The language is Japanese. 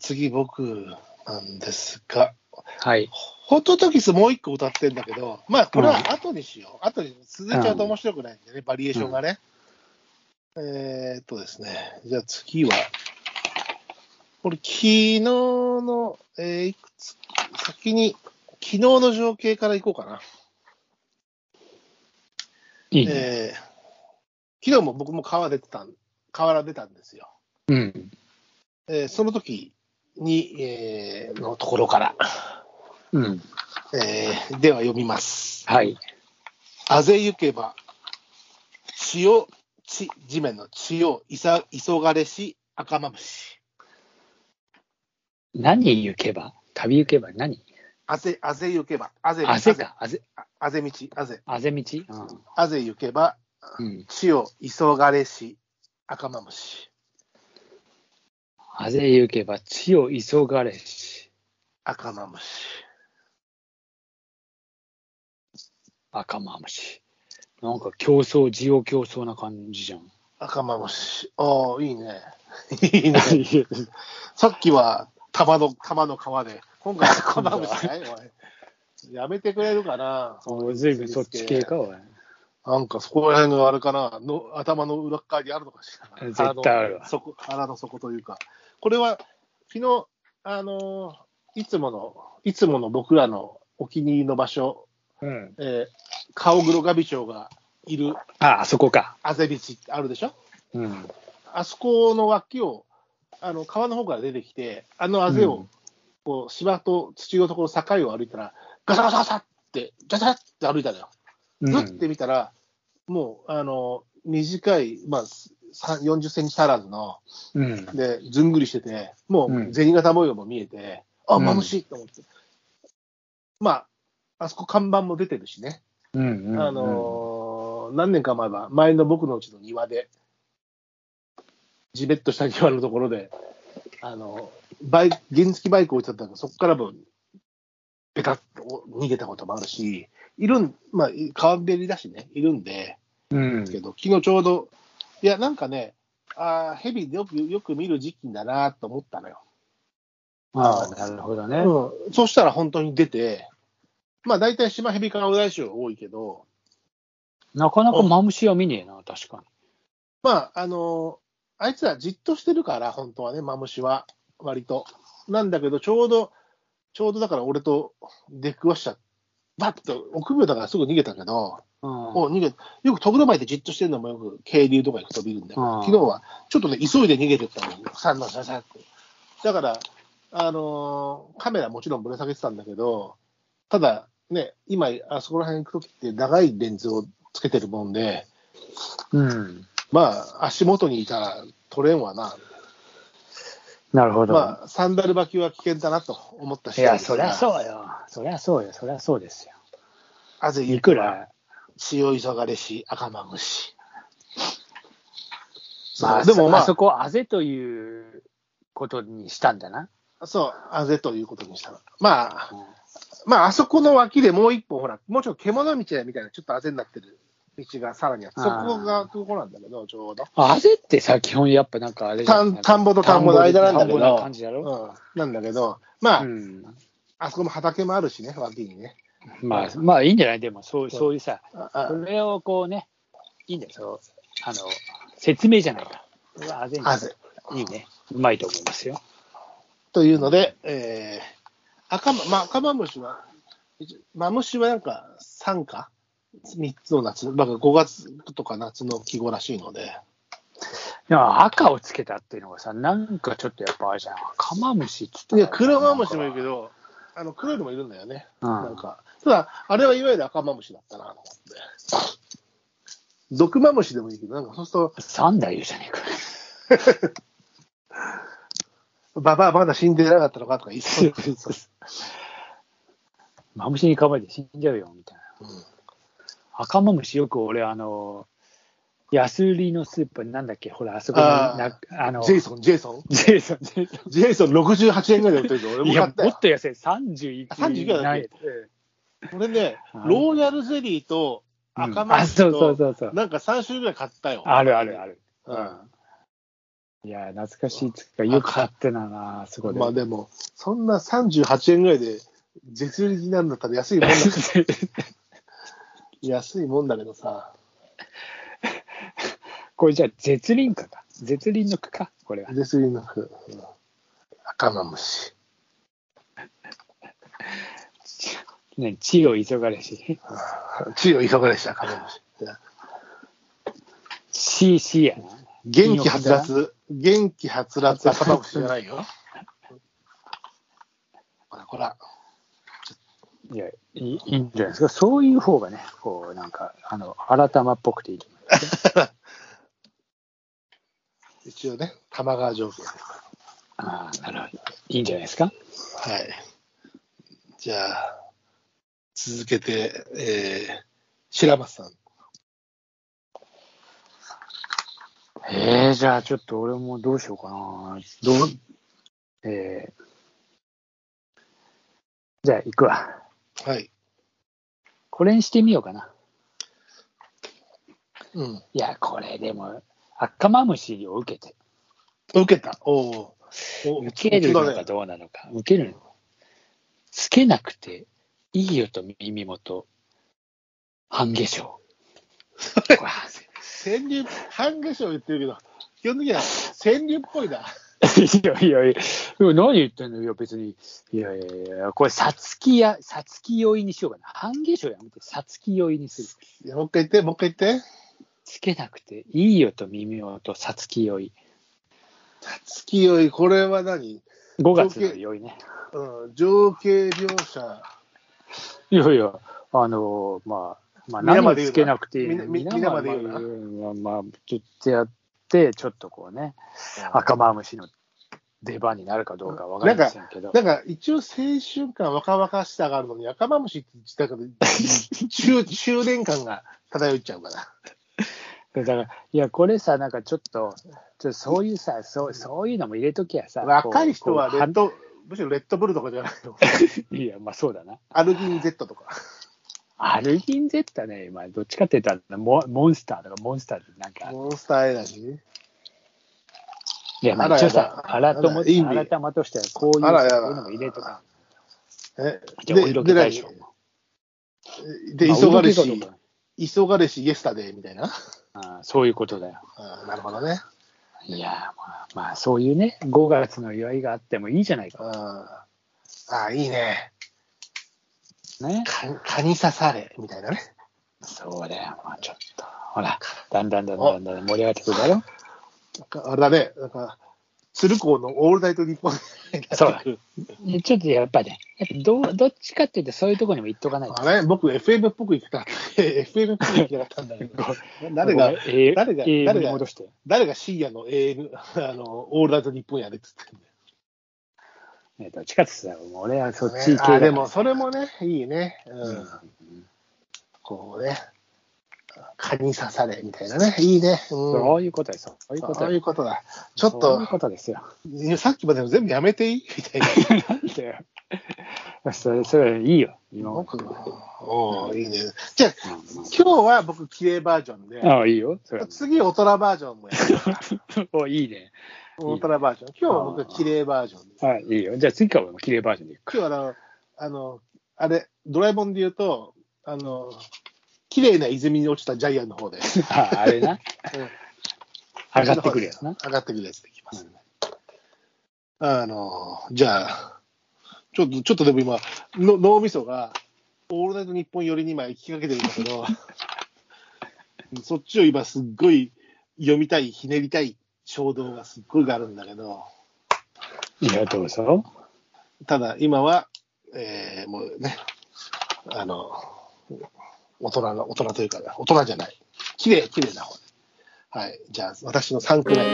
次僕なんですが、はい。ホットトキスもう一個歌ってんだけど、まあこれは後にしよう。後に続いちゃうと面白くないんでね、バリエーションがね。えーっとですね、じゃあ次は、これ昨日の、えーいくつ、先に、昨日の情景からいこうかな。いいね。えー昨日も僕も川出てたん、河原出たんですよ。うん。えーその時に、えーのところから、うん。えーでは読みます。はい。あぜゆけば、血を、地、地面の血をいさ急がれし赤まぶし。何行けば旅行けば何あぜ、あぜゆけば、あぜ、あぜか。あぜ、ああぜ道、あぜ、あぜ道あぜゆけば、うん。うん。血を急がれし赤まぶし。あぜ行けば地を急がれし、赤まぶし。赤まむし。なんか競争、需要競争な感じじゃん。赤まぶし。ああ、いいね。いい ね。さっきは玉の、玉の皮で、今回は赤まぶしないおいやめてくれるかなずいぶんそっち系か、おい。なんかそこら辺があれかなの、頭の裏っ側にあるのかしら。 絶対ある腹わの底腹の底というか。これは、昨日、あのーいつもの、いつもの僕らのお気に入りの場所、うん。えー、顔黒ガビチョウがいるあ、あそこか。あぜ道ってあるでしょうん。あそこの脇を、あの川の方から出てきて、あのあぜうをん、こう芝と土のところ、境を歩いたら、ガサガサガサって、ガサガサって歩いたのよ。うふ、っんて。見たら、もう、あの、短い、まあ、さ40センチ足らずの、うん。で、ずんぐりしてて、もうんう、銭形模様も見えて、あ、うんまぶしいと思って。まあ、あそこ看板も出てるしね。うん。うんあ、のー何年か前は、前の僕のうちの庭で、じべっとした庭のところで、あのバイク原付バイク置いてあったから、そこからも、べたっと逃げたこともあるし、いるん、まあ、川べりだしね、いるんで、うんです。けど、昨日ちょうど、いや、なんかね、ああ、ヘビよくよく見る時期だなと思ったのよ。ああ、なるほどね。うん、そうしたら本当に出て、まあ大体島ヘビから大種が多いけど、なかなかマムシは見ねえな、確かまあ、あのあいつらじっとしてるから、本当はね、マムシは、割と。なんだけど、ちょうど、ちょうどだから俺と出くわしちゃって、バッと臆病だからすぐ逃げたけど、に。うんおう逃げよく戸倉前でじっとしてるのもよく渓流とか行くと見るんだけうんど、昨日はちょっとね、急いで逃げてったのに、サンマシャシャって。だから、あのーカメラもちろんぶら下げてたんだけど、ただ、ね、今、あそこら辺行くときって長いレンズをつけてるもんで、うん。まあ、足元にいたら取れんわな。なるほど。まあ、サンダル履きは危険だなと思ったいし、や、そりゃそうよ。そりゃそうよ。そりゃそうですよ。あぜいいくくらら、、潮急がれし、赤まむし。まそあ、う、でもまあ、そそこをあぜということにしたんだな。う、あぜということにしたの。まあ、まあ、あそこの脇でもう一本、ほら、もうちょっと獣道みたいな、ちょっとあぜになってる道がさらにあって、そこがところなんだけど、ちょうど。あぜってさ、基本やっぱなんかあれじゃ田んん田んぼと田んぼの間なんだけど、田んぼな感じだろ。うん、なんだけど、まあ、うん。あそこも畑もあるしね、脇にね。まあ、まあいいんじゃないでも、そうそうそういうさ、ああそれをこうね、いいんだよ。そうあの、説明じゃないか。うわあぜにあぜ。いいね。うまいと思いますよ。というので、えー、赤ま、まあ、赤マムシは、一マムシはなんか3か3つの夏、なんか5月とか夏の季語らしいので、でも赤をつけたっていうのがさ、なんかちょっとやっぱあれじゃん。カマムシっつっていや、黒マムシもいるけど、あの黒いのもいるんだよね、うんなんか。ただ、あれはいわゆる赤マムシだったなと思って。毒マムシでもいいけど、なんかそうする三代言うじゃねえか。と、ババアまだ死んでなかったのかとか言いそうだけどマムシに噛まれて死んじゃうよ、みたいな。うん赤マムシよく俺、あの、安売りのスーパーなんだっけ、ほら、あそこにあーな、あの、ジェイソン、ジェイソンジェイソン、ジェイソジェイソン68円ぐらいで売ってるぞ。俺ン。いも買や、ったもよっ。と安い、31 30円だっけこれね、はいローヤルゼリーと赤赤ママムムシ。あ、シそうそうと、そうそう。なんか3種類ぐらい買ったよ。あるあるある。うんいや、懐かしいつうか、よく買ってたな、すごい。まあ でも、そんな38円ぐらいで絶力になるんだったら安いもんだ 安いもんだけどさ。これじゃあ、絶輪かか。絶輪の句か、これは。絶輪の句。うん赤マムシ。ね、地を急がれし。地を急がれし赤マムシ。 C、C やな。元気はつらつ、元気はつらつ赤マムシじゃない よ。ほら、ほら。いや、いいいいんじゃないですか。そういう方がね、こう、なんか、あの、改まっぽくていいと思いますね。一応ね、玉川上下。ああ、なるほど。いいんじゃないですか。はい。じゃあ、続けて、えー、白松さん。えー、じゃあ、ちょっと俺もどうしようかな。どう、えー、じゃあ、行くわ。はい。これにしてみようかな。うん。いや、これでも、赤マムシを受けて、受けた。おうおう。受けるの本当だかねどうなのか、受けるの。つけなくていいよと耳元、半化 粧。うわ川柳、半化粧言ってるけど、基本的には川柳っぽいな。いやいやいや、でも何言ってんのいや、別に。いやいやいや、これ、さつきや、さつき酔いにしようかな。半化粧やめて、さつき酔いにする。いやもう一回言って、もう一回言って。つけなくていいよと耳元、さつき酔い。月酔い、これは何5月の酔いね。うん、情景描写。いやいや、あのまあ、まあ、皆何まもで言うなつけなくていいの。み皆まで言皆までうな。まあ、言ってやって、ちょっとこうね、赤マムシの出番になるかどうかわかりませんけど。なんか一応青春感、若々しさがあるのに、赤マムシって言ってた けど、中中年感が漂っちゃうから。だから、いや、これさ、なんかちょっと、ちょっとそういうさ、そうそういうのも入れときゃさ、若い人はこレうこッド、むしろレッドブルとかじゃない の。うはいや、まあそうだな。アルギン Z とか。アルギンゼッタね、今、どっちかって言ったらモ、モンスターとか、モンスターってなんか、モンスターエナジーいや、まあらあや一だ応さ、改あまらいいね改まとしては、こういうあらさやだそういうのも入れとか、えじゃあお色気大賞も。で、まあ急がれお色気しか、ど急がれし、イエスタデーみたいな。うかああそういうことだよ。あなるほどね。いや、まあ、まあ、そういうね、5月の祝いがあってもいいじゃないか。ああ、いいね。ね。蚊蚊に刺され、みたいなね。そうだよ、まあちょっと。ほら、だんだんだんだんだん盛り上がってくるだろ。なんかあれだね、なんか、鶴光のオールナイト日本そうだねちょっとやっぱね、やっぱどうどっちかっていうと、そういうところにも行っとかない と。あれ僕、FM っぽく行きたか った。FM っぽく行きたかったんだけど、誰がごめん、えー誰がえー誰が戻して。誰が深夜の AM、あの、オールナイト日本やでっつってんだよえーどっちかって言ったら、もう俺はそっち系だからあでも、それもね、いいね。ううんん。こうね、蚊に刺され、みたいなね。いいね。うそん。ういうことです。そういうことそういようことだ。ちょっそういと、うことですよ。いやさっきまでの全部やめていいみたいな。なんだよ。 それ、それいいよ。今も僕、おーいいね。じゃあ、う今日は僕、綺麗バージョンでん、ああ、いいよ。 それ次、大人バージョンもや る。おいいね。大人バージョン。今日は僕は綺麗バージョンです。あいいよ。じゃあ次から俺も綺麗バージョンでい くか。今日はあの、あの、あれ、ドラえもんで言うと、あの、綺麗な泉に落ちたジャイアンの方で、ああ れな。上がってくるやつな。上がってくるやつできます、あの、じゃあ、ちょっと、ちょっとでも今、の脳みそが、オールナイト日本よりに今行きかけてるんだけ ど、そっちを今すっごい読みたい、ひねりたい衝動がすっごいあるんだけど、いや、どうぞ。ただ今は、えーもうね、あの、大人の、大人というか、大人じゃない。綺麗、綺麗な方で。はい。じゃあ、私の3くらい。